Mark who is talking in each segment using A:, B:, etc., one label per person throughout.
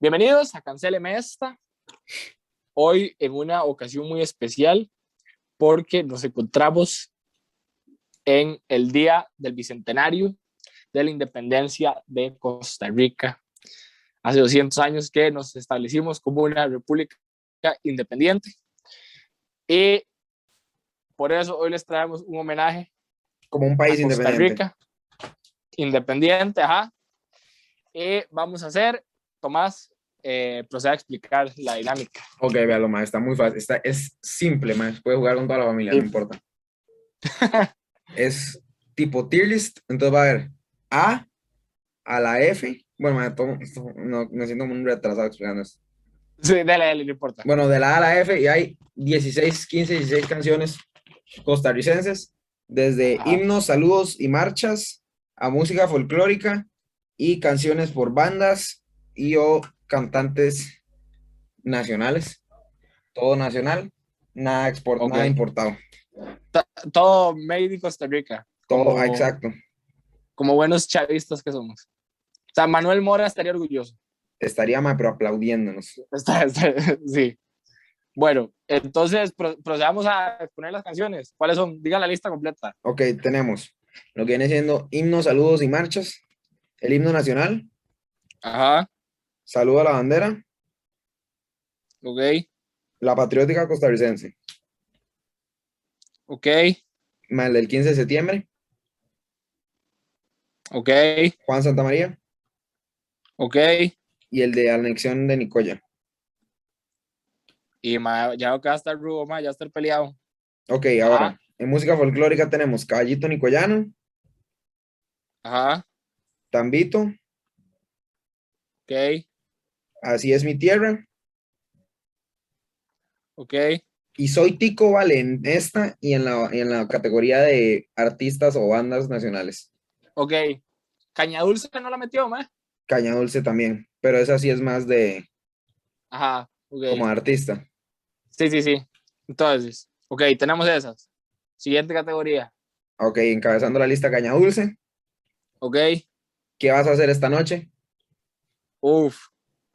A: Bienvenidos a Canceleme Esta. Hoy en una ocasión muy especial porque nos encontramos en el día del bicentenario de la independencia de Costa Rica. Hace 200 años que nos establecimos como una república independiente y por eso hoy les traemos un homenaje
B: Como un país
A: a Costa
B: independiente.
A: Rica, independiente, ajá. Y vamos a hacer, Tomás, eh, proceda a explicar la dinámica.
B: Ok, véalo, más, está muy fácil. Está, es simple, más. Puedes jugar con toda la familia, no importa. es tipo tier list. Entonces va a haber A a la F. Bueno, mae, todo- esto- no, me siento como un retrasado explicando esto.
A: Sí, dale, dale, no importa.
B: Bueno, de la A a la F y hay 16, 15, 16 canciones costarricenses, desde
A: Ajá.
B: himnos, saludos y marchas, a música folclórica y canciones por bandas y o cantantes nacionales. Todo nacional, nada exportado,
A: Ok.
B: nada importado.
A: Todo made in Costa Rica.
B: Todo,
A: Como-
B: ah, exacto.
A: Como buenos chavistas que somos. O sea, Manuel Mora estaría orgulloso.
B: Estaría más, pero aplaudiéndonos.
A: Está- está- sí. Bueno, entonces pro- procedamos a exponer las canciones. ¿Cuáles son? Diga la lista completa.
B: Ok, tenemos lo que viene siendo himnos, saludos y marchas, el himno nacional,
A: Ajá,
B: saludo a la bandera,
A: ok,
B: la patriótica costarricense.
A: ok,
B: ma, el del 15 de septiembre,
A: ok,
B: Juan Santa María,
A: ok.
B: y el de anexión de Nicoya.
A: Y ma, ya acá está Rubo, ma, ya está peleado.
B: Ok,
A: Ajá.
B: ahora, en música folclórica tenemos Caballito Nicoyano,
A: Ajá,
B: Tambito,
A: ok,
B: Así es mi tierra,
A: ok,
B: y Soy Tico Vale en esta y en la, y en la categoría de artistas o bandas nacionales.
A: ok. Caña Dulce no la metió, ma.
B: Caña Dulce también, pero esa sí es más de
A: Ajá, ok.
B: como artista.
A: Sí, sí, sí. Entonces, ok, tenemos esas. Siguiente categoría.
B: Ok, encabezando la lista Caña Dulce,
A: Ok.
B: ¿qué vas a hacer esta noche?
A: Uf.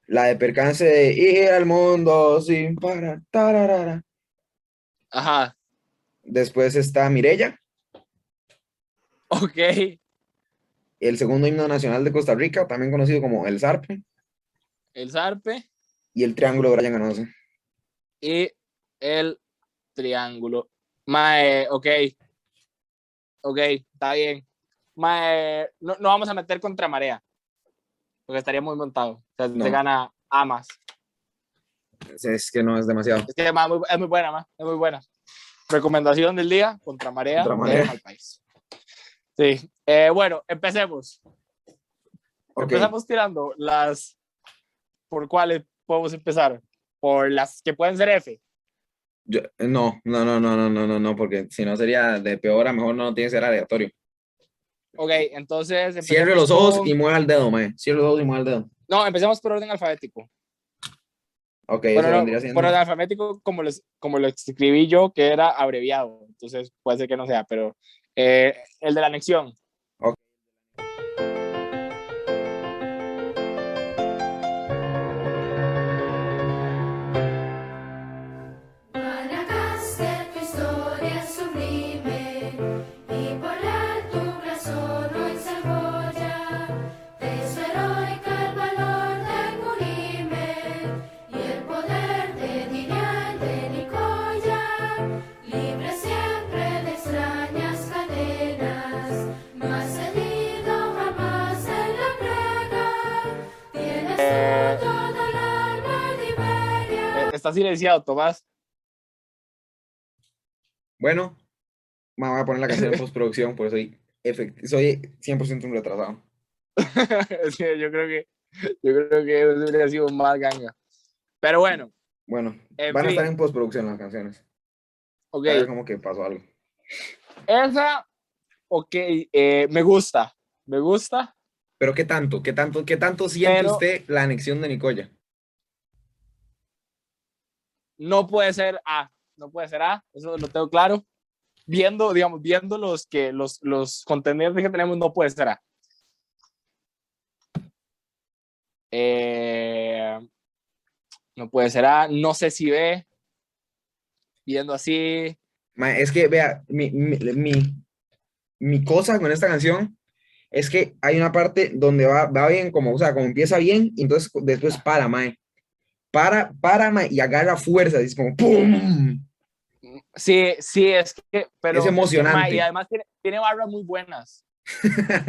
B: La de percance de ir al mundo sin parar. tararara.
A: Ajá.
B: Después está Mirella.
A: Ok.
B: el segundo himno nacional de Costa Rica, también conocido como el Zarpe,
A: El zarpe
B: y el Triángulo de Brian Ganosa.
A: y el triángulo. Mae, ok. Ok, está bien. Mae, no, no vamos a meter contra marea. Porque estaría muy montado. O sea,
B: No.
A: se gana a más.
B: Es- Es que no es demasiado.
A: Es que ma, es muy, es muy buena, ma, es muy buena. Recomendación del día, contra marea,
B: Contra
A: dejen
B: marea.
A: al país. Sí, eh, bueno, empecemos.
B: Ok,
A: Empezamos tirando las por cuáles podemos empezar. Por las que pueden ser F.
B: yo- eh, no, no, no, no, no, no, no, no, porque si no sería de peor a mejor, no tiene que ser aleatorio.
A: Ok, entonces. empecemos
B: Cierre los ojos
A: con-
B: y mueva el dedo, mae. Cierre los ojos y mueva el dedo.
A: No, empecemos por orden alfabético.
B: Ok,
A: Bueno,
B: eso
A: no,
B: vendría siendo.
A: por orden alfabético, como, les, como lo escribí yo, que era abreviado. Entonces puede ser que no sea, pero eh, el de la anexión.
C: Manacaste tu historia sublime y por la tu razón hoy se argolla de su heroica el valor de Curime y el poder de Dirián de Nicoya, libre siempre de extrañas cadenas, no has cedido jamás en la brega, tienes tú toda la alma de Iberia.
A: Eh, Está silenciado, Tomás.
B: Bueno, me voy a poner la canción en postproducción, pues soy, efect- soy 100% un retrasado.
A: Sí, yo creo que yo creo que eso hubiera sido más ganga. Pero bueno,
B: Bueno,
A: En
B: van a estar
A: fin.
B: en postproducción las canciones.
A: ok.
B: A ver como que pasó algo.
A: Esa, ok, eh, me gusta. Me gusta.
B: Pero ¿qué tanto? ¿Qué tanto, qué tanto siente
A: Pero-
B: usted la anexión de Nicoya?
A: No puede ser A. No puede ser A. Eso lo tengo claro. Viendo, digamos, viendo los que los, los contendientes que tenemos, no puede ser A. Eh, No puede ser A, no sé si B. Viendo así,
B: Ma, es que, vea, mi, mi, mi- mi cosa con esta canción es que hay una parte donde va, va bien, como, o sea, como empieza bien, y entonces cu- después para, mae. Para, para, mae, y agarra fuerza, y es como ¡pum!
A: sí, sí, es que. Pero,
B: Es emocionante.
A: Ma, Y además tiene, tiene barras muy buenas.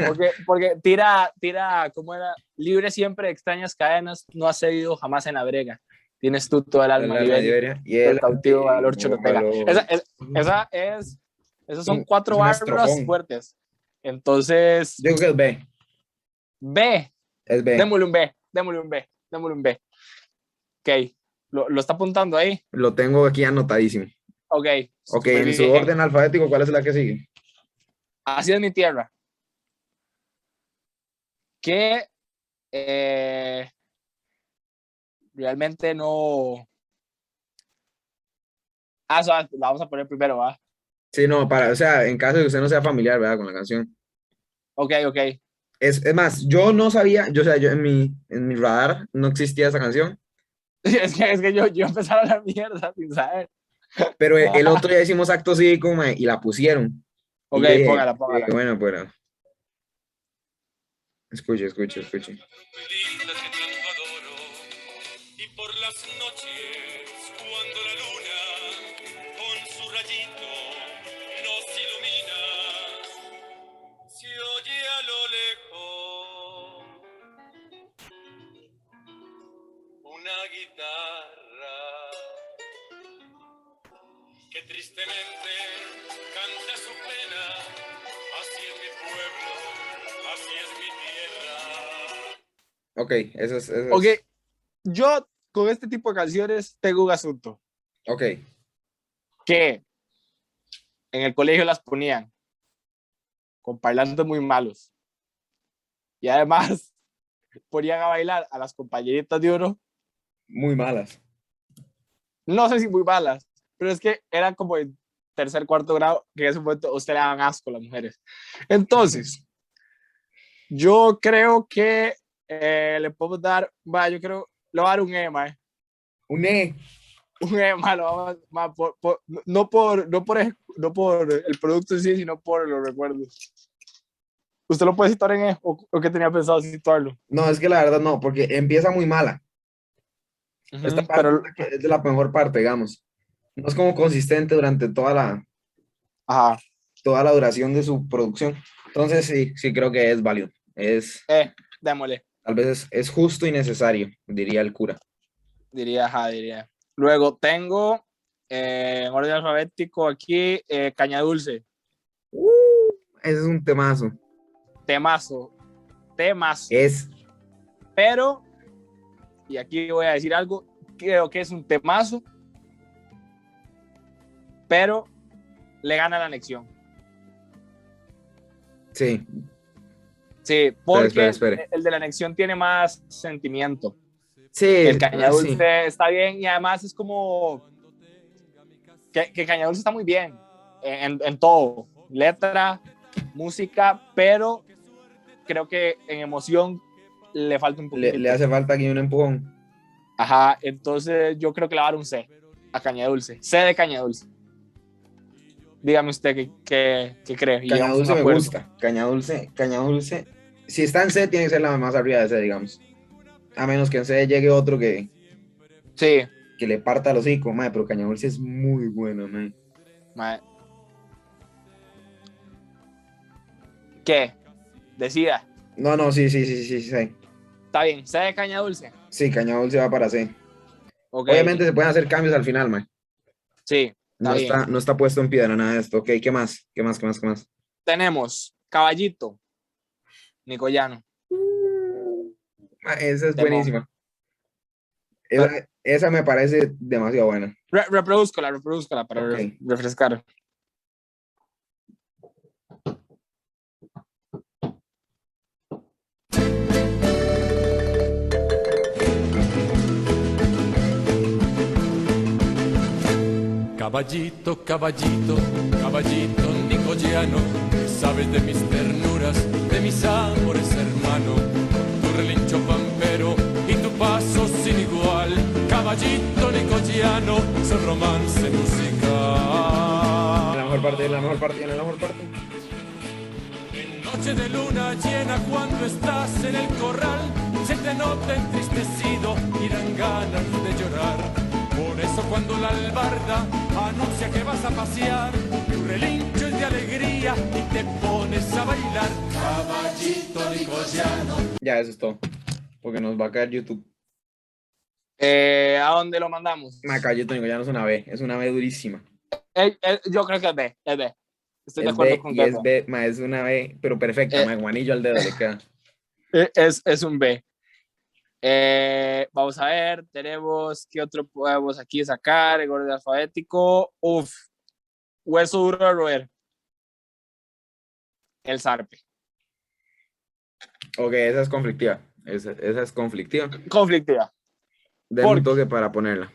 A: Porque, porque tira, tira, ¿cómo era? Libre siempre de extrañas cadenas, no has cedido jamás en la brega. Tienes tú todo el
B: La- la-
A: alma
B: la
A: libre.
B: libera, y
A: del
B: el
A: cautivo valor
B: antiguo
A: chorotega.
B: valor.
A: Esa, es, esa es- esas son
B: Es
A: cuatro
B: un
A: barras
B: estrofón.
A: fuertes. Entonces,
B: Yo creo que es B,
A: B,
B: es B.
A: démosle un B, démosle un B, démosle un B. Ok, lo, lo está apuntando ahí.
B: Lo tengo aquí anotadísimo.
A: Ok.
B: Ok,
A: Muy
B: en su
A: bien.
B: orden alfabético, ¿cuál es la que sigue?
A: Así es mi tierra. Que eh, realmente no. Ah, suave, la vamos a poner primero, ¿va?
B: Sí, no, para, o sea, en caso de que usted no sea familiar, ¿verdad? Con la canción.
A: Ok, ok.
B: Es, es más, yo no sabía, yo, o sea, yo en mi, en mi radar no existía esa canción.
A: Es que, es que yo, yo empecé a la mierda sin saber.
B: Pero e- el otro día hicimos acto cívico mae, y la pusieron.
A: Ok,
B: Y, eh,
A: póngala,
B: eh,
A: póngala.
B: Bueno, pero. Escuche, escuche, escuche.
D: linda que tanto adoro. Y por las noches, cuando la luna con su rayito nos ilumina, se oye a lo lejos una guitarra que tristemente canta su pena. Así es mi pueblo, así es mi tierra.
B: Ok, eso es. eso es.
A: Ok, yo con este tipo de canciones tengo un asunto.
B: Ok.
A: Que en el colegio las ponían con parlantes muy malos. Y además ponían a bailar a las compañeritas de uno.
B: Muy malas.
A: No sé si muy malas, pero es que eran como en tercer, cuarto grado, que en ese momento a usted le daban asco las mujeres. Entonces, yo creo que eh, le podemos dar, va, yo creo, le voy a dar un E, mae.
B: Un E.
A: un E, mae, lo vamos a- mae, por- por- no, por, no, por, eje- no por el producto en sí, sino por los recuerdos. ¿Usted lo puede citar en E o, o qué tenía pensado situarlo?
B: No, es que la verdad no, porque empieza muy mala. Esta parte
A: Pero,
B: es la que- es de la mejor parte, digamos. No es como consistente durante toda la,
A: ajá,
B: toda la duración de su producción. Entonces, sí, sí creo que es válido. Es,
A: E, démosle.
B: tal vez es, es justo y necesario, diría el cura.
A: Diría, ajá, diría. Luego tengo eh, en orden alfabético aquí eh, Caña Dulce,
B: Ese es un temazo.
A: temazo, temazo.
B: Es
A: Pero, y aquí voy a decir algo, creo que es un temazo, pero le gana la anexión.
B: Sí,
A: Sí, porque
B: espera, espera.
A: el de la anexión tiene más sentimiento.
B: sí.
A: El Caña
B: sí.
A: Dulce está bien y además es como que, que Caña Dulce está muy bien en, en todo, letra, música, pero creo que en emoción le falta un poquito.
B: Le, le hace falta aquí un empujón.
A: Ajá, entonces yo creo que le va a dar un C a Caña Dulce, C de Caña Dulce. Dígame usted qué, qué, qué cree. y
B: Caña
A: llegamos a un
B: Dulce me
A: acuerdo.
B: gusta. Caña Dulce, Caña Dulce. Si está en C, tiene que ser la más arriba de C, digamos. A menos que en C llegue otro que,
A: Sí,
B: que le parta los hocico, mae, pero Caña Dulce es muy bueno, mae.
A: mae. ¿Qué? Decida.
B: No, no, sí, sí, sí, sí, sí, sí.
A: Está bien, C de Caña Dulce.
B: Sí, Caña Dulce va para C.
A: Ok,
B: Obviamente se pueden hacer cambios al final, mae.
A: Sí,
B: No
A: Está bien.
B: está, no está puesto en piedra nada de esto. Ok, ¿qué más? ¿Qué más? ¿Qué más? ¿Qué más?
A: tenemos Caballito, Nicoyano.
B: Ah, esa es
A: Temón.
B: buenísima. Esa, esa me parece demasiado buena.
A: Re reproduzcola, reproduzcola para re-
B: Ok.
A: refrescar.
D: Caballito, caballito, caballito nicoyano, sabes de mis ternuras, de mis amores hermano, tu relincho pampero y tu paso sin igual, caballito. verano son romance musical.
B: La mejor parte, la mejor parte, la mejor parte.
D: En noche de luna llena cuando estás en el corral, se te nota entristecido y dan ganas de llorar. Por eso cuando la albarda anuncia que vas a pasear, tu relincho es de alegría y te pones a bailar. Caballito nicoyano.
B: Ya, eso es todo. Porque nos va a caer YouTube.
A: Eh, ¿A dónde lo mandamos?
B: Me cayó Tónico, ya no es una B, es una B durísima.
A: Eh, eh, yo creo que es B, es B. Estoy de
B: Es
A: acuerdo
B: B
A: con
B: y
A: Beto.
B: es B, ma, es una B, pero perfecta,
A: Eh.
B: ma, guanillo al dedo le queda.
A: Eh, Es, es un B. Eh, vamos a ver, tenemos, ¿qué otro podemos aquí sacar? El orden alfabético. Uf, hueso duro de roer. El zarpe.
B: Ok, esa es conflictiva. Esa, esa es conflictiva.
A: Conflictiva.
B: Denme
A: Porque-
B: un toque para ponerla.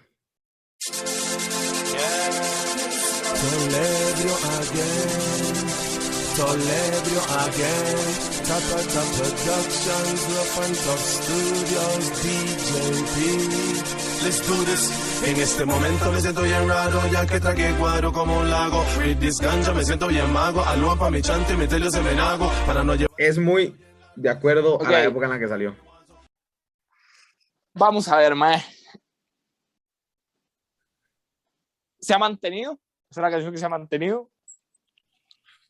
E: Solebrio again. Solebrio again. Tata Tata Productions, Rough Top Studios, DJP. Let's do this. En este momento me siento bien raro, ya que tragué cuadro como un lago. With this ganja me siento bien mago. Alúa pa' mi chante y mi telio se me nago. Para no llevar
B: Es muy de acuerdo a la
A: Ok.
B: época en la que salió.
A: Vamos a ver, mae. Se ha mantenido. Es una canción que se ha mantenido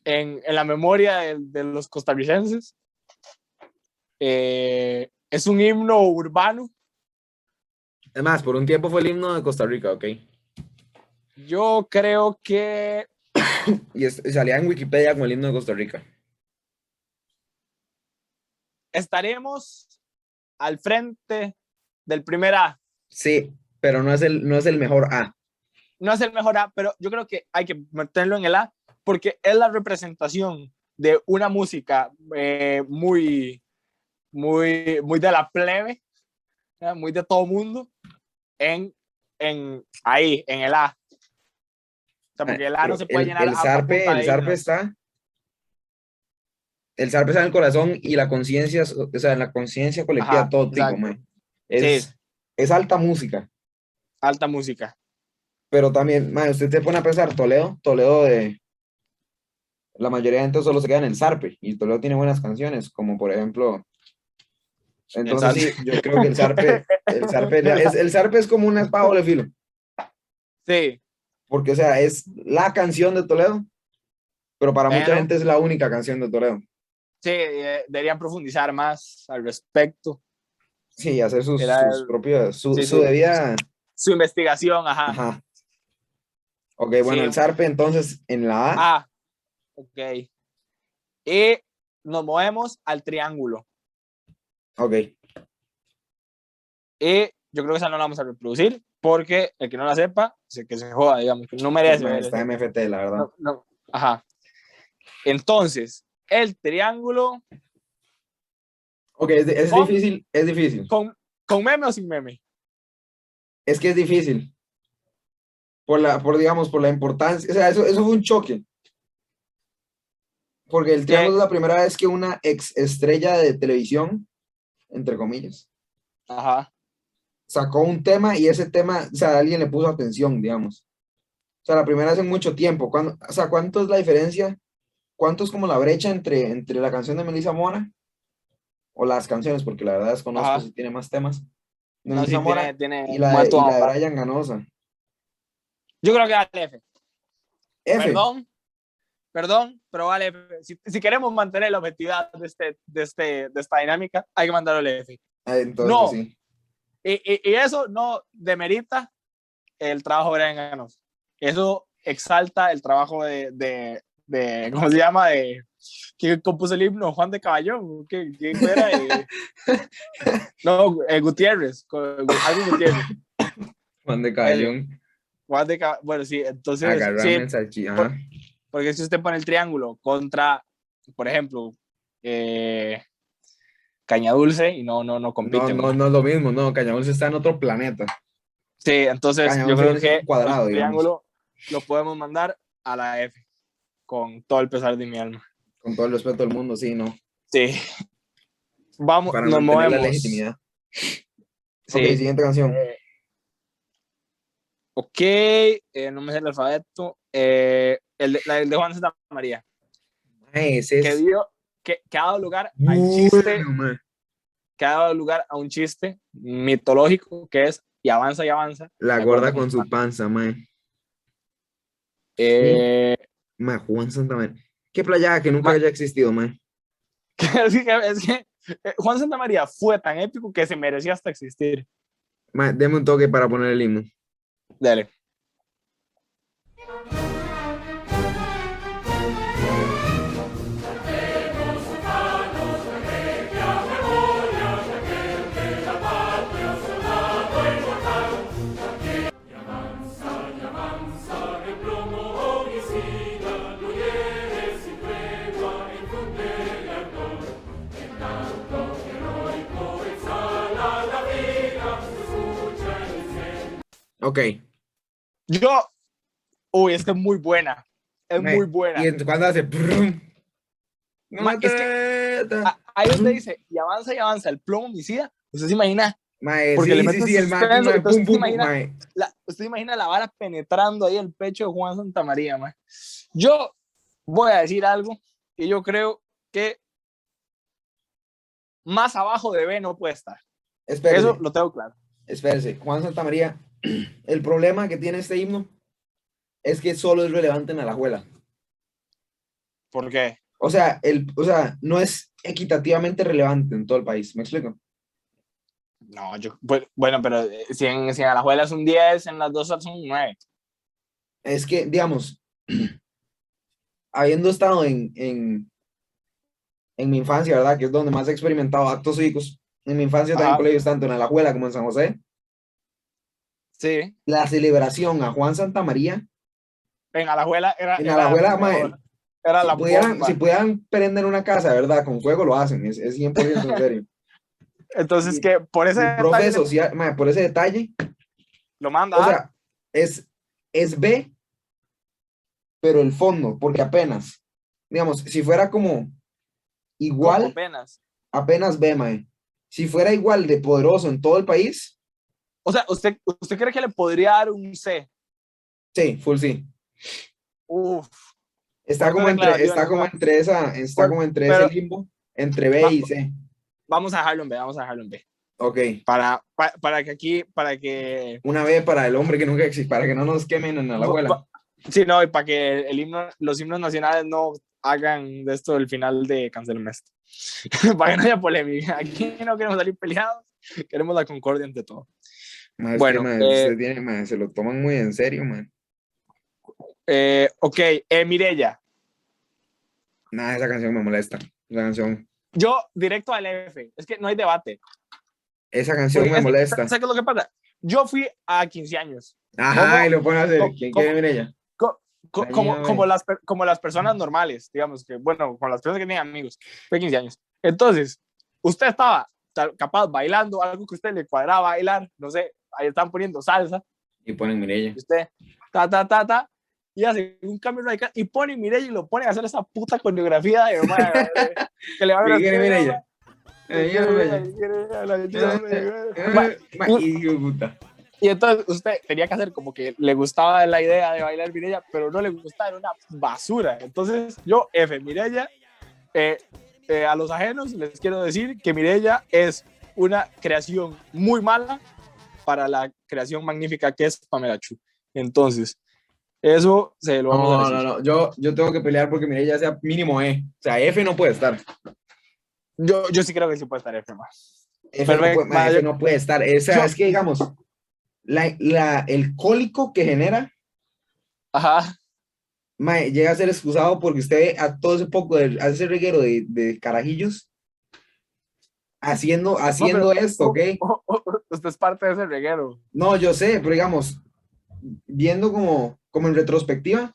A: en, en la memoria de, de los costarricenses. Eh, es un himno urbano.
B: Además, por un tiempo fue el himno de Costa Rica, ok.
A: Yo creo que
B: Y es- salía en Wikipedia como el himno de Costa Rica.
A: estaremos al frente del primer A.
B: Sí, pero no es el, no es el mejor A.
A: No es el mejor A, pero yo creo que hay que meterlo en el A porque es la representación de una música eh, muy, muy, muy de la plebe, eh, muy de todo mundo, en, en, ahí, en el A. O sea, porque el A no
B: Pero
A: se puede
B: Eh, el-
A: llenar. a-
B: El
A: a
B: zarpe,
A: punta de
B: el zarpe
A: himnos.
B: está. El zarpe está en el corazón y la conciencia, so- o sea, en la conciencia colectiva,
A: Ajá,
B: todo tipo,
A: exacto.
B: mae. Es,
A: Sí.
B: es alta música,
A: Alta música.
B: pero también, mae, usted te pone a pensar, Toledo, Toledo de. La mayoría de gente solo se queda en el zarpe y Toledo tiene buenas canciones, como por ejemplo. Entonces,
A: zarpe.
B: sí, yo creo que el zarpe, el zarpe, ya es, el zarpe es como una espada de doble filo.
A: Sí,
B: porque o sea, es la canción de Toledo, pero para mucha
A: Pero-
B: gente es la única canción de Toledo.
A: sí, eh, deberían profundizar más al respecto.
B: Sí, hacer sus,
A: Era
B: sus
A: el-
B: propias, su,
A: sí,
B: su
A: sí.
B: debida.
A: Su investigación, ajá.
B: Ajá. Ok, bueno,
A: Sí.
B: el zarpe entonces en la A.
A: Ah, ok. Y nos movemos al triángulo.
B: Ok,
A: Y yo creo que esa no la vamos a reproducir porque el que no la sepa, se- que se joda, digamos, que no merece.
B: bueno,
A: merece.
B: está MFT, la verdad.
A: No, no. Ajá. Entonces, el triángulo
B: Ok, es, es
A: Con-
B: difícil, es difícil.
A: con, con meme o sin meme.
B: Es que es difícil. Por la, por digamos, por la importancia. O sea, eso, eso fue un choque. Porque el triángulo es la primera vez que una ex estrella de televisión, entre comillas,
A: Ajá.
B: sacó un tema y ese tema, o sea, alguien le puso atención, digamos. O sea, la primera hace mucho tiempo. Cuando, o sea, ¿cuánto es la diferencia? ¿Cuánto es como la brecha entre, entre la canción de Melissa Mora? O las canciones, porque la verdad desconozco
A: Ajá.
B: si tiene más temas. De
A: No,
B: Melissa
A: sí, tiene,
B: Mora
A: tiene
B: y la, de-
A: muerto
B: y la de
A: ahora.
B: Brian Ganosa.
A: Yo creo que al F.
B: F.
A: Perdón. Perdón, pero vale, F. si, si queremos mantener la objetividad de, este, de, este, de esta dinámica, hay que mandarlo al F.
B: Ah, Entonces,
A: No.
B: sí.
A: Y, y- y eso no demerita el trabajo de Brian Ganos. Eso exalta el trabajo de, de, de- ¿cómo se llama? De, ¿Quién compuso el himno? Juan de Caballón. ¿Qué, quién era? Eh, no, eh, Gutiérrez. co- algo Gutiérrez.
B: Juan de Caballón.
A: Juan de Cab- Bueno, sí, entonces,
B: Agarrame
A: sí,
B: el salchi- ajá.
A: porque si usted pone el triángulo contra, por ejemplo, eh, Caña Dulce, y no, no, no
B: No,
A: compite.
B: no, no es lo mismo. No, Cañabulce está en otro planeta.
A: Sí, entonces
B: Cañón
A: yo
B: sí
A: creo
B: es
A: que
B: un cuadrado,
A: el
B: digamos.
A: triángulo lo podemos mandar a la F, con todo el pesar de mi alma.
B: Con todo el respeto del mundo, sí, no.
A: Sí. Vamos,
B: Para
A: nos
B: mantener
A: movemos.
B: la legitimidad.
A: Sí.
B: Ok, siguiente canción.
A: Eh, Ok, eh, no me sé el alfabeto. Eh, el, de, la- el de Juan Santa María,
B: Mae, ese
A: que
B: es
A: dio, que, que ha dado lugar al
B: bueno,
A: chiste,
B: mae.
A: que ha dado lugar a un chiste mitológico que es y avanza y avanza.
B: La gorda con su panza, mae.
A: Eh,
B: Mae, Juan Santa María. Qué playada que nunca
A: Mae.
B: haya existido, mae.
A: es que, es que, eh, Juan Santa María fue tan épico que se merecía hasta existir.
B: Mae, deme un toque para poner el himno.
A: Dale.
B: Ok.
A: Yo, uy, esta es muy buena. Es
B: Mae,
A: muy buena.
B: Y en- cuando hace. brum. No
A: Mae, es
B: te- ta.
A: Ah, Ahí usted dice, y avanza y avanza el plomo homicida. Usted se imagina,
B: Mae,
A: porque
B: sí,
A: le
B: sí,
A: metes
B: sí, el mae,
A: suspenso,
B: mae,
A: entonces
B: pum,
A: te
B: pum, pum,
A: imaginas-
B: mae.
A: la, usted imagina la vara penetrando ahí el pecho de Juan Santa María. Yo voy a decir algo que yo creo que más abajo de B no puede estar.
B: Espérese,
A: Eso lo tengo claro.
B: espérese. Juan Santa María, el problema que tiene este himno es que solo es relevante en Alajuela.
A: ¿Por qué?
B: O sea, el, o sea, no es equitativamente relevante en todo el país. ¿Me explico?
A: No, yo, bu- bueno, pero eh, si en, si en Alajuela es un 10, en las dos es un 9.
B: Es que, digamos, habiendo estado en, en, en mi infancia, ¿verdad? Que es donde más he experimentado actos cívicos. En mi infancia
A: Ajá.
B: también colegios tanto en Alajuela como en San José.
A: Sí,
B: La celebración a Juan Santa María,
A: en Alajuela era.
B: en
A: era-
B: Alajuela, mae,
A: Era la
B: si pudieran,
A: bomba.
B: si pudieran prender una casa, ¿verdad? Con fuego lo hacen, es, es 100% en serio.
A: Entonces, que por ese
B: El
A: detalle
B: profe social, mae, por ese detalle,
A: lo manda.
B: o
A: a-
B: sea, es, es B, pero el fondo, porque apenas, digamos, si fuera como
A: como
B: igual,
A: penas.
B: apenas B, mae. Si fuera igual de poderoso en todo el país,
A: O sea, ¿usted, ¿usted cree que le podría dar un C?
B: sí, full sí.
A: Uf,
B: Está como
A: Pero claro,
B: entre,
A: yo
B: está
A: no-
B: como entre esa, está
A: Bueno,
B: como entre
A: pero-
B: ese limbo, entre B y C.
A: vamos a dejarlo en B, vamos a dejarlo en B.
B: Ok.
A: Para, pa- para, que aquí, para que...
B: Una B para el hombre que nunca existe, para que no nos quemen en la abuela.
A: pa- sí, no, y para que el himno, los himnos nacionales no hagan de esto el final de Cancel Mestre. para que no haya polémica. Aquí no queremos salir peleados, queremos la concordia ante todo.
B: Mae, es que,
A: Bueno,
B: mae,
A: eh,
B: ustedes tienen- mae, se lo toman muy en serio, man.
A: Eh, ok, eh, Mirella,
B: Nada, esa canción me molesta. Esa canción,
A: yo directo al F, es que no hay debate.
B: esa canción
A: Porque
B: me
A: Pues, es que,
B: molesta.
A: ¿Sabes qué es lo que pasa? Yo fui a 15 años.
B: Ajá, y lo ponen a hacer.
A: ¿Cómo?
B: ¿Quién
A: ¿Cómo?
B: quiere ella?
A: Co-
B: Ahí ya
A: como,
B: ve.
A: como, las, per- como las personas normales, digamos que, bueno, con las personas que tienen amigos, fue 15 años. Entonces, usted estaba tal- capaz bailando algo que a usted le cuadraba bailar, no sé, ahí están poniendo salsa,
B: Y ponen Mirella.
A: y usted, ta, ta, ta, ta, y hace un cambio radical, y pone Mireille y lo pone a hacer esa puta coreografía de, madre, que le va a
B: ¿Quién quiere
A: ver
B: Mirella? Eh, yo no Mirella. Eh, mae, hijo de puta.
A: y entonces usted tenía que hacer como que le gustaba la idea de bailar Mirella, pero no le gustaba, era una basura. Entonces yo, F, Mirella, eh, eh, a los ajenos les quiero decir que Mirella es una creación muy mala para la creación magnífica que es Pamela Chu. Entonces, eso se lo vamos a
B: No,
A: decir.
B: no, no. Yo, yo tengo que pelear porque Mirella sea mínimo E. O sea, F no puede estar.
A: Yo, yo sí creo que sí puede estar F más.
B: F, no
A: Perfecto,
B: puede, mae,
A: mae,
B: F
A: yo-
B: no puede estar. Eh, O sea,
A: yo-
B: es que digamos, la, la, el cólico que genera
A: Ajá.
B: mae, llega a ser excusado porque usted ve a todo ese poco, de, a ese reguero de, de carajillos haciendo, haciendo esto, ¿ok?
A: Oh, Usted es parte de ese reguero.
B: No, yo sé, pero digamos, viendo como, como en retrospectiva,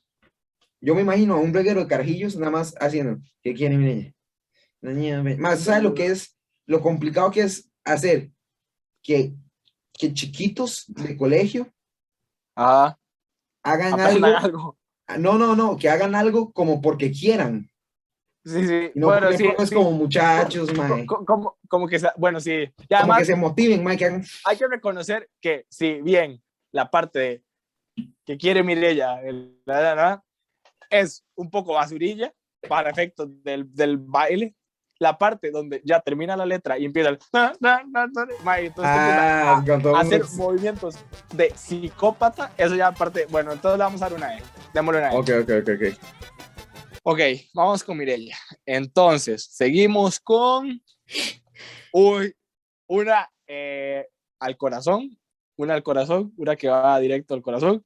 B: yo me imagino a un reguero de carajillos nada más haciendo, ¿qué quiere mi niña? La niña, ve- Más, ¿sabes lo que es? Lo complicado que es hacer que, que chiquitos de colegio
A: Ajá.
B: hagan
A: Aprendan
B: algo,
A: algo.
B: no, no, no, que hagan algo como porque quieran.
A: Sí, sí.
B: Y no
A: bueno,
B: porque
A: sí,
B: pongas
A: sí.
B: como muchachos, mae.
A: Co- co- como, como que, sea- bueno, sí. Y
B: Como
A: además
B: que se motiven, mae, que hagan.
A: hay que reconocer que, si bien la parte de que quiere Mireya es un poco basurilla para efectos del, del baile. La parte donde ya termina la letra y empieza el... na, na, na, na, ma, y entonces empieza a-
B: Ah, con todo el
A: hacer
B: mundo.
A: movimientos de psicópata, eso ya aparte, bueno, entonces le vamos a dar una E, démosle una E.
B: Ok, ok, ok, ok.
A: Ok, vamos con Mirella. Entonces, seguimos con uy, una eh, al corazón, una al corazón, una que va directo al corazón.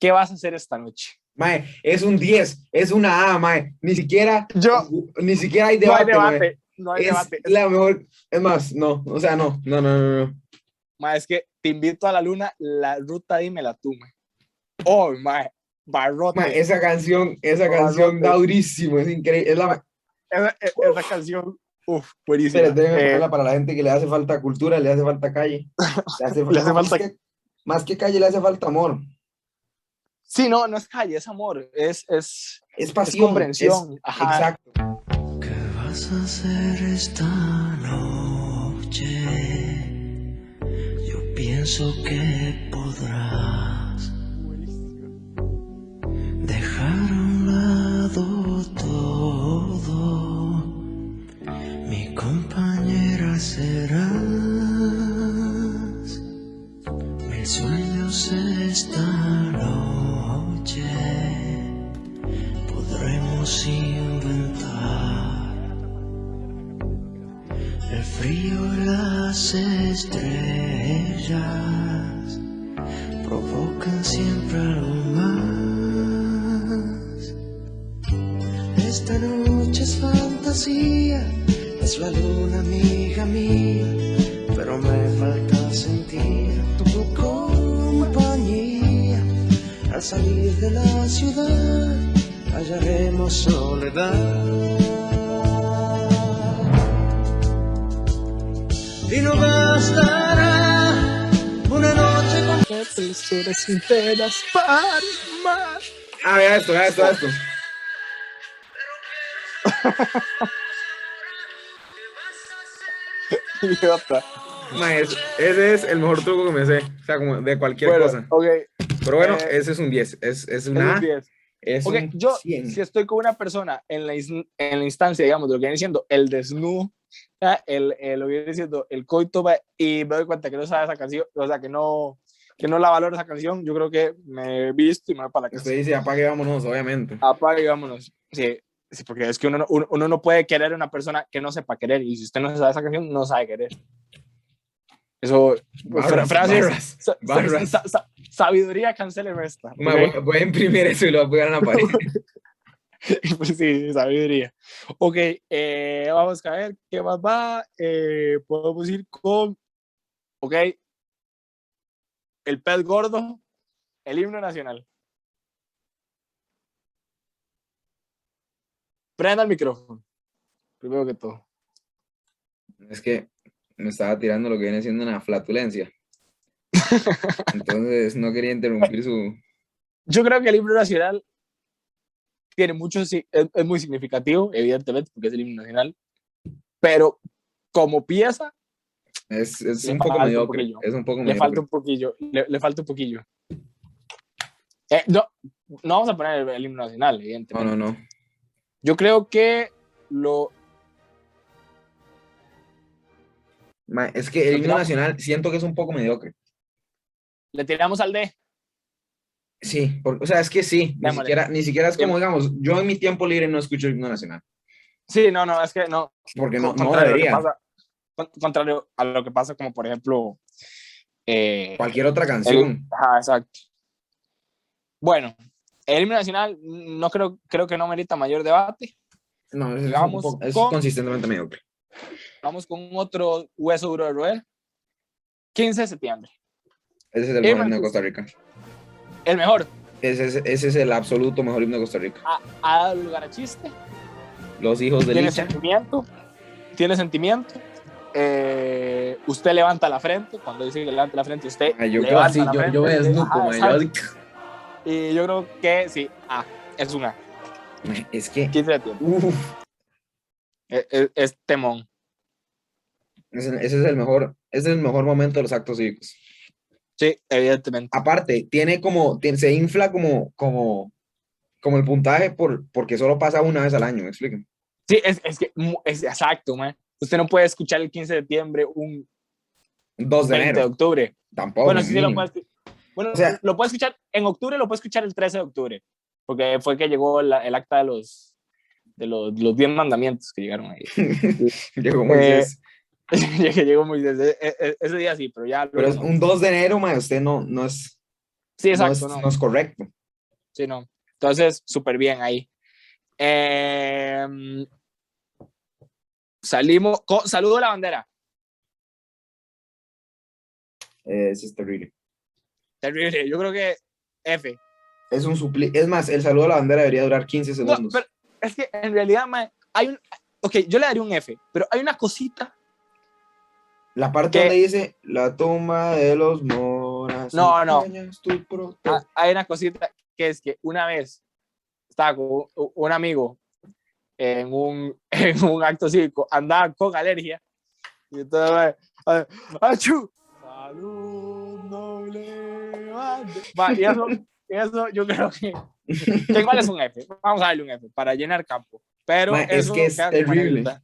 A: ¿Qué vas a hacer esta noche?
B: Mae, es un 10, es una A, mae. Ni siquiera,
A: Yo,
B: ni siquiera hay
A: no hay
B: debate, mae.
A: debate, no hay
B: Es
A: debate.
B: la mejor, es más, no, o sea, no, no, no, no, no.
A: Ma, es que te invito a la luna, la ruta dímela tú, ma. Oh, ma, barrote.
B: Mae, esa canción, esa
A: No,
B: canción
A: no,
B: da
A: no.
B: durísimo, es increíble. Es la,
A: esa, e- esa canción, uff, buenísima.
B: Espérate, déjame
A: Eh,
B: ponerla para la gente que le hace falta cultura, le hace falta calle. Le hace,
A: Le hace
B: más
A: falta-
B: que- más que calle, le hace falta amor.
A: sí, no, no es calle, es amor, es, es,
B: Es
A: es
B: pasión.
A: comprensión.
B: es-
A: Ajá.
B: exacto.
F: ¿Qué vas a hacer esta noche? Yo pienso que podrás dejar a un lado todo. Mi compañera serás. Mil sueños esta noche podremos inventar el frío y las estrellas provocan siempre algo más. Esta noche es fantasía, es la luna amiga mía, pero me falta sentir tu compañía al salir de la ciudad hallaremos soledad. Y no bastará una noche con
A: Qué dulzuras sinceras para amar.
B: Ah, vea esto, vea esto, vea esto.
A: Idiota.
B: Mae, es- ese es el mejor truco que me sé. O sea, como de cualquier
A: Bueno,
B: cosa.
A: ok, es
B: Pero bueno,
A: eh,
B: ese es un 10. Es, es
A: un
B: una A,
A: 10.
B: Es
A: Ok,
B: un
A: yo,
B: 100.
A: si estoy con una persona en la, is- en la instancia, digamos, de lo que viene siendo el desnudo, ah, el, el- lo que viene siendo el coito, va, y me doy cuenta que no sabe esa canción, o sea, que no, que no la valora esa canción, yo creo que me he visto y me voy para la casa.
B: Usted dice apague, vámonos, obviamente.
A: Apaga y vámonos. Sí, sí, porque es que uno no, uno, uno no puede querer a una persona que no sepa querer, y si usted no sabe esa canción, no sabe querer. Eso,
B: Barras,
A: pues, frases,
B: barras,
A: sa-
B: barras.
A: sa- sa- sabiduría cancele esta.
B: Mae, voy, voy a imprimir eso y lo voy a pegar en la pared.
A: Pues sí, sabiduría. Ok, eh, vamos a ver qué más va. Eh, podemos ir con, ok, el pez gordo, el himno nacional. Prenda el micrófono, primero que todo.
B: Es que me estaba tirando lo que viene siendo una flatulencia. Entonces no quería interrumpir su.
A: Yo creo que el himno nacional tiene mucho, si- es, es muy significativo, evidentemente, porque es el himno nacional, pero como pieza
B: Es, es
A: Le
B: un poco
A: falta un
B: mediocre.
A: poquillo.
B: es un poco
A: Le falta
B: mediocre.
A: un poquillo, le, le falta un poquillo. Eh, no, no vamos a poner el, el himno nacional,
B: No,
A: evidentemente.
B: no, no.
A: Yo creo que lo...
B: Ma, es que el
A: Lo
B: himno
A: tiramos.
B: nacional siento que es un poco mediocre.
A: le tiramos al D.
B: Sí, por- o sea, es que sí. Ni
A: Démosle.
B: siquiera, ni siquiera es como, digamos, yo en mi tiempo libre no escucho el himno nacional.
A: Sí, no, no, es que no.
B: Porque no,
A: con-
B: no
A: a lo que
B: debería.
A: pasa- con- contrario a lo que pasa como, por ejemplo... eh,
B: Cualquier otra canción.
A: ajá, exacto. Bueno, el himno nacional mm, no creo, creo que no merita mayor debate.
B: No, es, es un
A: Vamos
B: poco- es
A: con-
B: consistentemente mediocre.
A: Vamos con otro hueso duro de roer. 15 de septiembre.
B: Ese es el
A: Eh,
B: mejor himno de
A: Marcus.
B: Costa Rica.
A: El mejor.
B: Ese es, ese es el absoluto mejor himno de Costa Rica.
A: Ha, ha dado lugar a chiste.
B: Los hijos de
A: tiene
B: Licha.
A: sentimiento, tiene sentimiento. Eh, usted levanta la frente, cuando dice que levanta la frente, usted
B: Ay, Ah, yo
A: levanta
B: casi,
A: la
B: yo,
A: frente,
B: yo me
A: dice,
B: desnudo,
A: "Ajá,
B: ma, yo-
A: exacto". Y yo creo que sí, ah, es una,
B: Ma, Es que,
A: 15 de tiempo,
B: uff,
A: es, es- es temón.
B: ese, ese es el mejor, ese es el mejor momento de los actos cívicos.
A: Sí, evidentemente.
B: Aparte, tiene como, tiene- se infla como, como, como el puntaje por, porque solo pasa una vez al año, me explico.
A: Sí, es, es que mu- es exacto, man. Usted no puede escuchar el 15 de septiembre, un
B: 2 de
A: 20 de
B: enero,
A: octubre.
B: tampoco.
A: bueno, sí, sí lo
B: mínimo.
A: puede escu- Bueno,
B: O sea-
A: lo puede escuchar en octubre, lo puede escuchar el 13 de octubre, porque fue que llegó la- el acta de los de los, los 10 mandamientos que llegaron ahí.
B: Llegó
A: Eh,
B: Moisés.
A: que llegó muy desde e- e- ese día sí, pero ya
B: Pero
A: luego
B: es
A: no.
B: un 2 de enero, mae, usted no, no es,
A: Sí,
B: no
A: exacto,
B: es-
A: no.
B: no es correcto.
A: Sí, no. Entonces, súper bien ahí. Em, salimos. co- saludo a la bandera.
B: Eh, Eso es terrible.
A: Terrible. Yo creo que F.
B: Es un supli Es más, el saludo a la bandera debería durar 15
A: No,
B: segundos.
A: pero es que en realidad, mae, hay un. Ok, yo le daría un F, pero hay una cosita.
B: La parte
A: ¿Qué?
B: donde dice la tumba de los moras.
A: No, no.
B: montañas, tu pro-
A: ah, Hay una cosita que es que una vez estaba con u- u- un amigo en un, en un acto cívico, andaba con alergia. Y entonces, mae, ah, ¡achú!
D: Salud noble.
A: Va, y eso, y eso yo creo que. que igual es un F. Vamos a darle un F para llenar campo. Pero
B: Ma, es
A: eso
B: que es
A: queda como
B: terrible.
A: anécdota.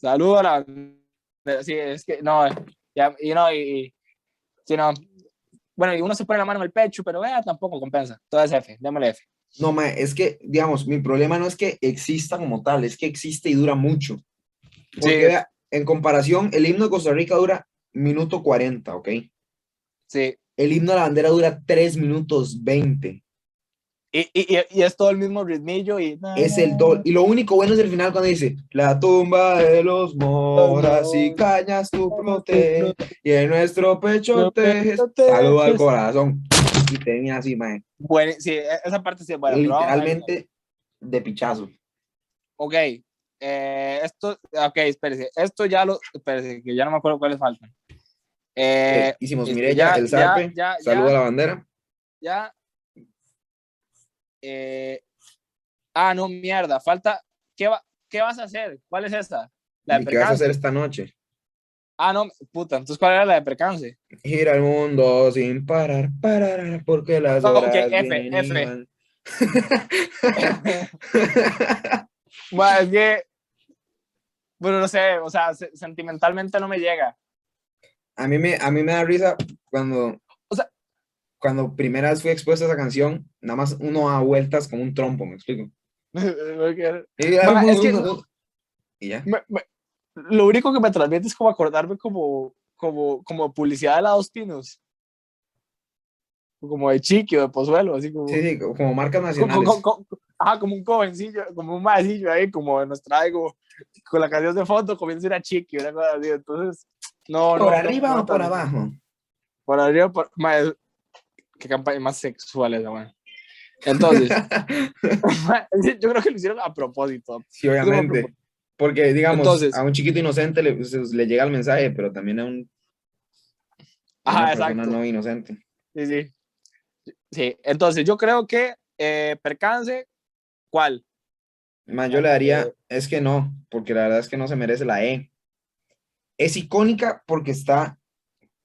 A: Saludos a la. bandera. Sí, es que no. Ya, y no, y. y- sí, no. Bueno, y uno se pone la mano en el pecho, pero vea, tampoco compensa. Entonces, F, démosle F.
B: No, ma, es que, digamos, mi problema no es que exista como tal, es que existe y dura mucho. Porque,
A: Sí.
B: vea, en comparación, el himno de Costa Rica dura minuto 40, ¿ok?
A: Sí.
B: El himno de la bandera dura 3 minutos 20.
A: Y, y, y- y es todo el mismo ritmillo y.
B: Es el doble. Y lo único bueno es el final cuando dice, la tumba de los moras y cañas tú protege, y en nuestro pecho tejes, saludo al corazón. Y termina así, mae.
A: Bueno, sí, e- esa parte sí es buena. pero vamos a darle un F.
B: Literalmente de pichazo.
A: Ok. eh, esto, ok, espérese. Esto ya lo. Espérese, que ya no me acuerdo cuáles faltan. Eh,
B: Hicimos
A: este,
B: Mireya, el Zarpe,
A: ya, ya,
B: saludo a la bandera.
A: ya. Eh, ah, no, mierda. Falta. ¿qué, va- ¿Qué vas a hacer? ¿Cuál es esta? La de
B: ¿Y qué vas a
A: percance.
B: hacer esta noche?
A: Ah, no, puta. Entonces, ¿cuál era la de percance?
B: Gira el mundo sin parar, parar, porque las
A: No, ok,
B: horas
A: F,
B: vienen y
A: F.
B: van.
A: bueno, es que. Bueno, no sé. O sea, se- sentimentalmente no me llega.
B: A mí me, a mí me da risa cuando,
A: O sea-
B: cuando primera vez fui expuesto a esa canción, nada más uno da vueltas como un trompo, me explico.
A: Porque-
B: Y, ya,
A: Ma, es que-
B: y ya.
A: me- me- lo único que me transmite es como acordarme como, como, como publicidad de la Dos Pinos. Como de chiqui o de pozuelo, así como.
B: Sí, sí, como marcas
A: como,
B: nacionales.
A: como- como- ajá, como un jovencillo, como un maecillo ahí, como nos traigo con la canción de fondo, comienza a ir a chiqui, una cosa así. Entonces, no, no,
B: ¿Por
A: no,
B: arriba
A: no
B: o por
A: tanto.
B: abajo?
A: Por arriba, por. ma, es- qué campaña más sexual esa, man. Entonces, ma, yo creo que lo hicieron a propósito.
B: Sí, obviamente. Porque, digamos,
A: Entonces-
B: a un chiquito inocente le, se- le llega el mensaje, pero también a un, a
A: Ajá,
B: una persona
A: exacto.
B: no inocente.
A: Sí, sí. Sí, entonces yo creo que eh, percance, ¿cuál?
B: Ma,
A: Ah,
B: yo le daría, es que no, porque la verdad es que no se merece la E. Es icónica porque está,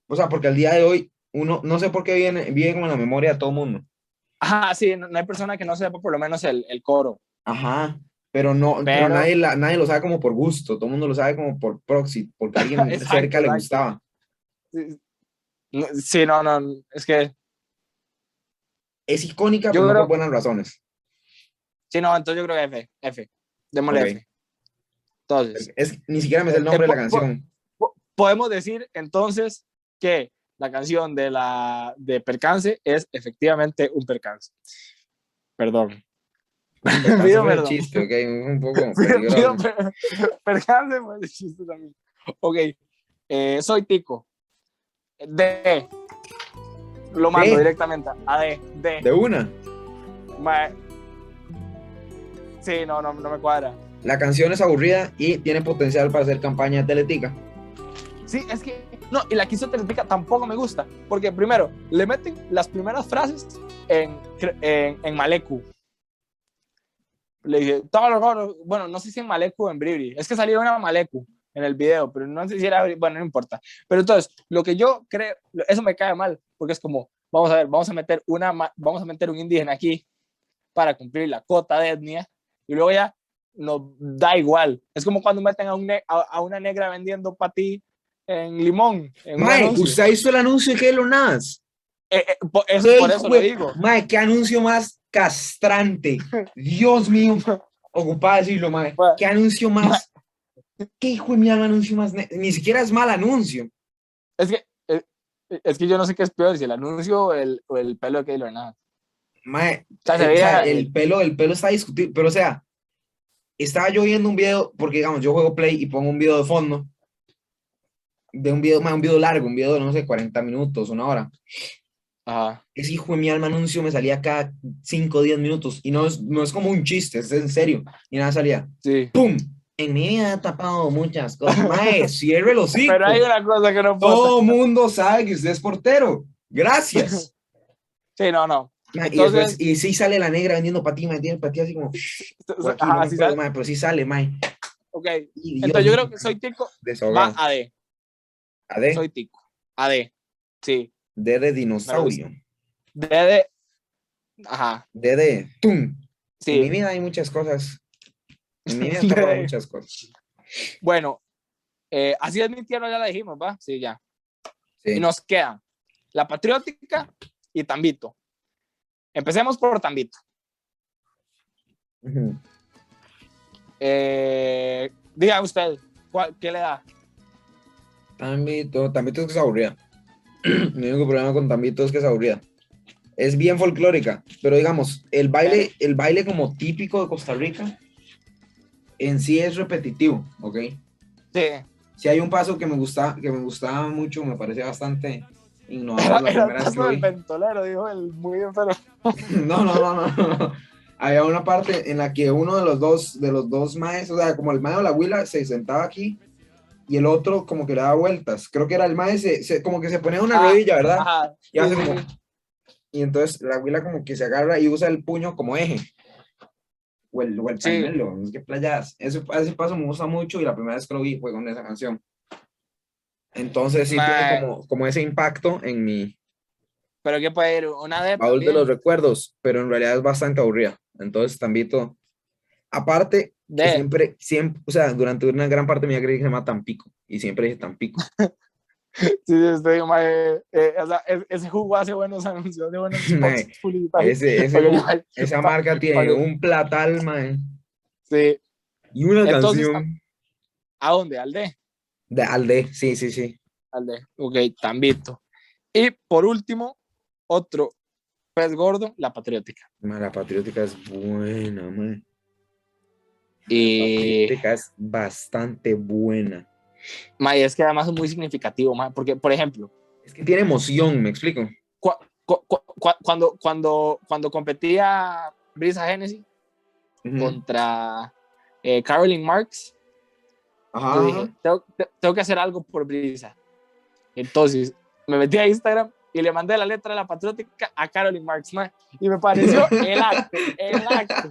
B: o sea, porque al día de hoy, uno, no sé por qué viene, viene como en la memoria de todo mundo.
A: Ajá, sí, no, no hay persona que no sepa por lo menos el, el coro.
B: Ajá, pero no, pero,
A: Pero-
B: nadie, la- nadie lo sabe como por gusto, todo el mundo lo sabe como por proxy, porque a alguien
A: Exacto,
B: cerca le
A: exacto.
B: gustaba.
A: Sí, no, sí, no, no, es que
B: Es icónica,
A: Yo
B: pero no
A: creo-
B: por buenas razones.
A: Sí, no, entonces yo creo que F, F. Démosle
B: Ok.
A: F. Entonces,
B: Es, ni siquiera me sé el nombre de
A: po-
B: la
A: po-
B: canción.
A: po- podemos decir entonces que la canción de la de percance es efectivamente un percance. Perdón.
B: Pero
A: pido
B: fue el
A: perdón.
B: chiste, ok, un poco
A: Pido
B: peligroso.
A: per- percance, pues, el chiste también. Ok, eh, soy Tico. D. Lo mando
B: D.
A: directamente a D. D.
B: De una,
A: Ma- Sí, no, no, no me cuadra.
B: la canción es aburrida y tiene potencial para hacer campaña de Teletica.
A: Sí, es que. No, y la quiso Teletica tampoco me gusta. Porque primero, le meten las primeras frases en, cre- en, en Maleku. Le dije, "Todo lo raro". bueno, no sé si en Maleku o en Bribri. Es que salió una Maleku. en el video, pero no sé si era, bueno, no importa. Pero entonces, lo que yo creo, lo- eso me cae mal, porque es como, vamos a ver, vamos a meter una, ma- vamos a meter un indígena aquí para cumplir la cuota de etnia y luego ya nos da igual. Es como cuando meten a, un ne- a, a una negra vendiendo patí en limón. en un
B: Mae,
A: anuncio.
B: usted hizo el anuncio de Keylor Navas.
A: Eh, eh, po- eso,
B: Qué
A: por eso
B: hijo
A: lo
B: de-
A: digo.
B: Mae, qué anuncio más castrante. Dios mío. Ocupada decirlo, mae.
A: Mae.
B: Qué anuncio más. Qué hijo de mi alma anuncio más. ne- Ni siquiera es mal anuncio.
A: Es que, eh, es que yo no sé qué es peor, si el anuncio o el, o el pelo de Keylor nada.
B: Mae,
A: O sea, se
B: O sea,
A: veía-
B: el pelo, el pelo está discutible, pero o sea, estaba yo viendo un video, porque digamos, yo juego Play y pongo un video de fondo, de un video, más un video largo, un video de, no sé, 40 minutos, una hora.
A: Ajá.
B: Ese hijo de mi alma anuncio me salía cada 5 o 10 minutos, y no es, no es como un chiste, es en serio, y nada salía.
A: Sí.
B: ¡Pum! En mi vida he tapado muchas cosas. Mae, cierre los hocico.
A: Pero hay una cosa que no puedo.
B: Todo mundo sabe que usted es portero. Gracias.
A: Sí, no, no.
B: Ma, y, después-
A: Entonces-
B: y sí sale la negra vendiendo patín, vendiendo patín así como... por aquí, no
A: Pues, Ajá,
B: me
A: sí,
B: acuerdo,
A: sal-
B: mae, pero sí sale, mae.
A: ok. Entonces yo creo que soy tico. Va
B: Desahogado.
A: AD.
B: AD,
A: Soy tico. AD. Sí.
B: D de dinosaurio.
A: D de. Ajá.
B: D de... ¡Tum! En mi
A: Sí.
B: vida hay muchas cosas. En mi vida
A: De-
B: he tapado muchas cosas.
A: Bueno. eh, así es mi tierra, ya la dijimos, ¿va? Sí, ya.
B: Sí.
A: Y nos queda la patriótica y Tambito. Empecemos por Tambito.
B: Ujú.
A: Eh, diga usted, ¿cuál- ¿qué le da?
B: Tambito, Tambito es que es aburrida. Mi único problema con Tambito es que es aburrida. Es bien folclórica, pero digamos, el baile, el baile como típico de Costa Rica en sí es repetitivo, ¿ok?
A: Sí.
B: Si hay un paso que me gusta, que me gustaba mucho, me parece bastante innovador la
A: Era
B: primera
A: el
B: vez que
A: paso
B: lo
A: del
B: vi.
A: ventolero, dijo el muy enfermo.
B: No, no, no, no, no. Había una parte en la que uno de los dos, de los dos maes, o sea, como el mae o la huila se sentaba aquí y el otro como que le daba vueltas. Creo que era el mae, se, se- como que se ponía una
A: Ah,
B: rodilla, ¿verdad?
A: Ajá.
B: Y hace
A: sí, sí,
B: como-
A: sí.
B: Y entonces la huila como que se agarra y usa el puño como eje. O el, o el
A: Sí.
B: pañuelo, es que playas. Ese, ese paso me gusta mucho y la primera vez que lo vi fue con esa canción. Entonces sí
A: Mae.
B: tiene como, como ese impacto en mi
A: Pero que puede ir una de.
B: baúl de
A: también.
B: los recuerdos, pero en realidad es bastante aburrida. Entonces Tambito, aparte, que
A: De-
B: siempre, siempre, o sea, durante una gran parte de mi vida creí que se llama Tampico y siempre dije Tampico.
A: Sí, sí, usted dijo, mae, eh, o sea, es- ese jugo hace buenos anuncios, de buenos spots
B: Mae,
A: publicitarios.
B: Ese, ese-
A: Porque ya-
B: esa marca tiene
A: Vale.
B: un platal, mae,
A: Sí.
B: y una
A: Entonces,
B: canción.
A: ¿A dónde? Al D.
B: De, al D, sí, sí, sí.
A: Al D. Ok, Tambito. Y por último, otro pez gordo, la patriótica.
B: Ma, la patriótica es buena, man.
A: Y
B: Patriótica es bastante buena.
A: mae, es que además es muy significativo, mae, porque, por ejemplo,
B: Es que tiene emoción, me explico.
A: cua- cu- cu- cua- cuando, cuando, cuando competía Brisa Genesis
B: Ujú.
A: contra eh, Caroline Marx,
B: Ajá.
A: Yo dije, tengo, te- tengo que hacer algo por Brisa. Entonces, me metí a Instagram y le mandé la letra de la patriótica a Caroline Marx, ma, y me pareció el acto, el acto.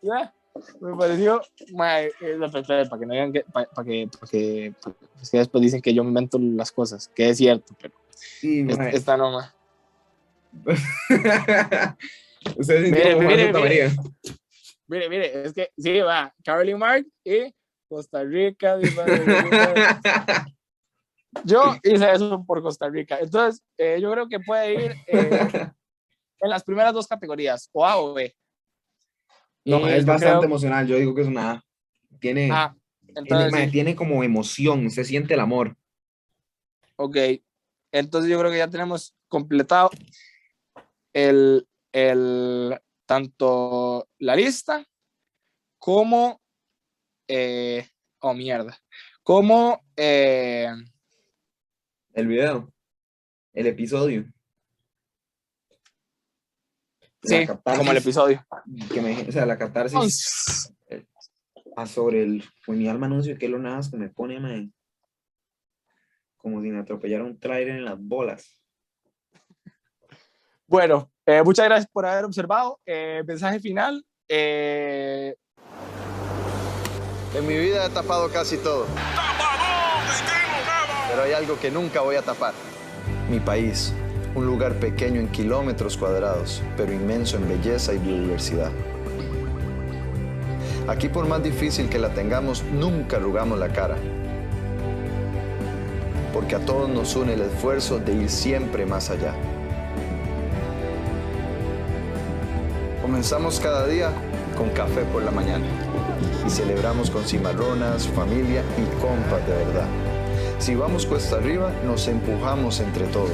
A: ¿ya? Me pareció, ma, eh, no, espera, espera, para que no digan que, para, para que, para que, para que- es que después dicen que yo me invento las cosas, que es cierto, pero
B: Sí,
A: es-
B: mae.
A: esta no, ma.
B: Usted sintió
A: Mire,
B: como
A: mire,
B: Santa
A: mire.
B: María.
A: Mire, mire, es que sí, va, Caroline Marx y Costa Rica. mi madre, mi madre. Yo hice eso por Costa Rica. Entonces, eh, yo creo que puede ir eh, en las primeras dos categorías, o A o B.
B: No,
A: Y
B: es
A: yo
B: bastante
A: creo-
B: emocional. Yo digo que es una A. Tiene,
A: Ah,
B: tiene, mae,
A: entonces, sí,
B: tiene como emoción, se siente el amor.
A: ok. Entonces, yo creo que ya tenemos completado el, el- tanto la lista como. eh, oh, mierda. Como. eh,
B: El video, el episodio. La
A: sí,
B: catarsis
A: como el episodio.
B: que me- o sea, la catarsis Ah, sobre el pues, mi alma anuncio que lo nada que me pone mae, como si me atropellara un trailer en las bolas.
A: Bueno, eh, muchas gracias por haber observado. Eh, mensaje final. eh,
G: En mi vida he tapado casi todo. Pero hay algo que nunca voy a tapar. Mi país, un lugar pequeño en kilómetros cuadrados, pero inmenso en belleza y biodiversidad. Aquí por más difícil que la tengamos, nunca arrugamos la cara. Porque a todos nos une el esfuerzo de ir siempre más allá. Comenzamos cada día con café por la mañana y celebramos con cimarronas, familia y compas de verdad. Si vamos cuesta arriba, nos empujamos entre todos.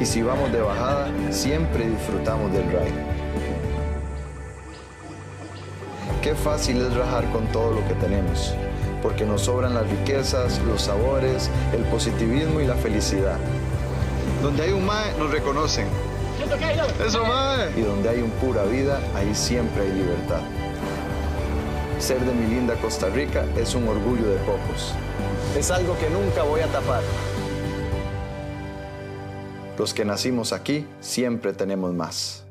G: Y si vamos de bajada, siempre disfrutamos del ride. Qué fácil es rajar con todo lo que tenemos, porque nos sobran las riquezas, los sabores, el positivismo y la felicidad. Donde hay un mae, nos reconocen. ¡Eso mae! Y donde hay un pura vida, ahí siempre hay libertad. Ser de mi linda Costa Rica es un orgullo de pocos. Es algo que nunca voy a tapar. Los que nacimos aquí siempre tenemos más.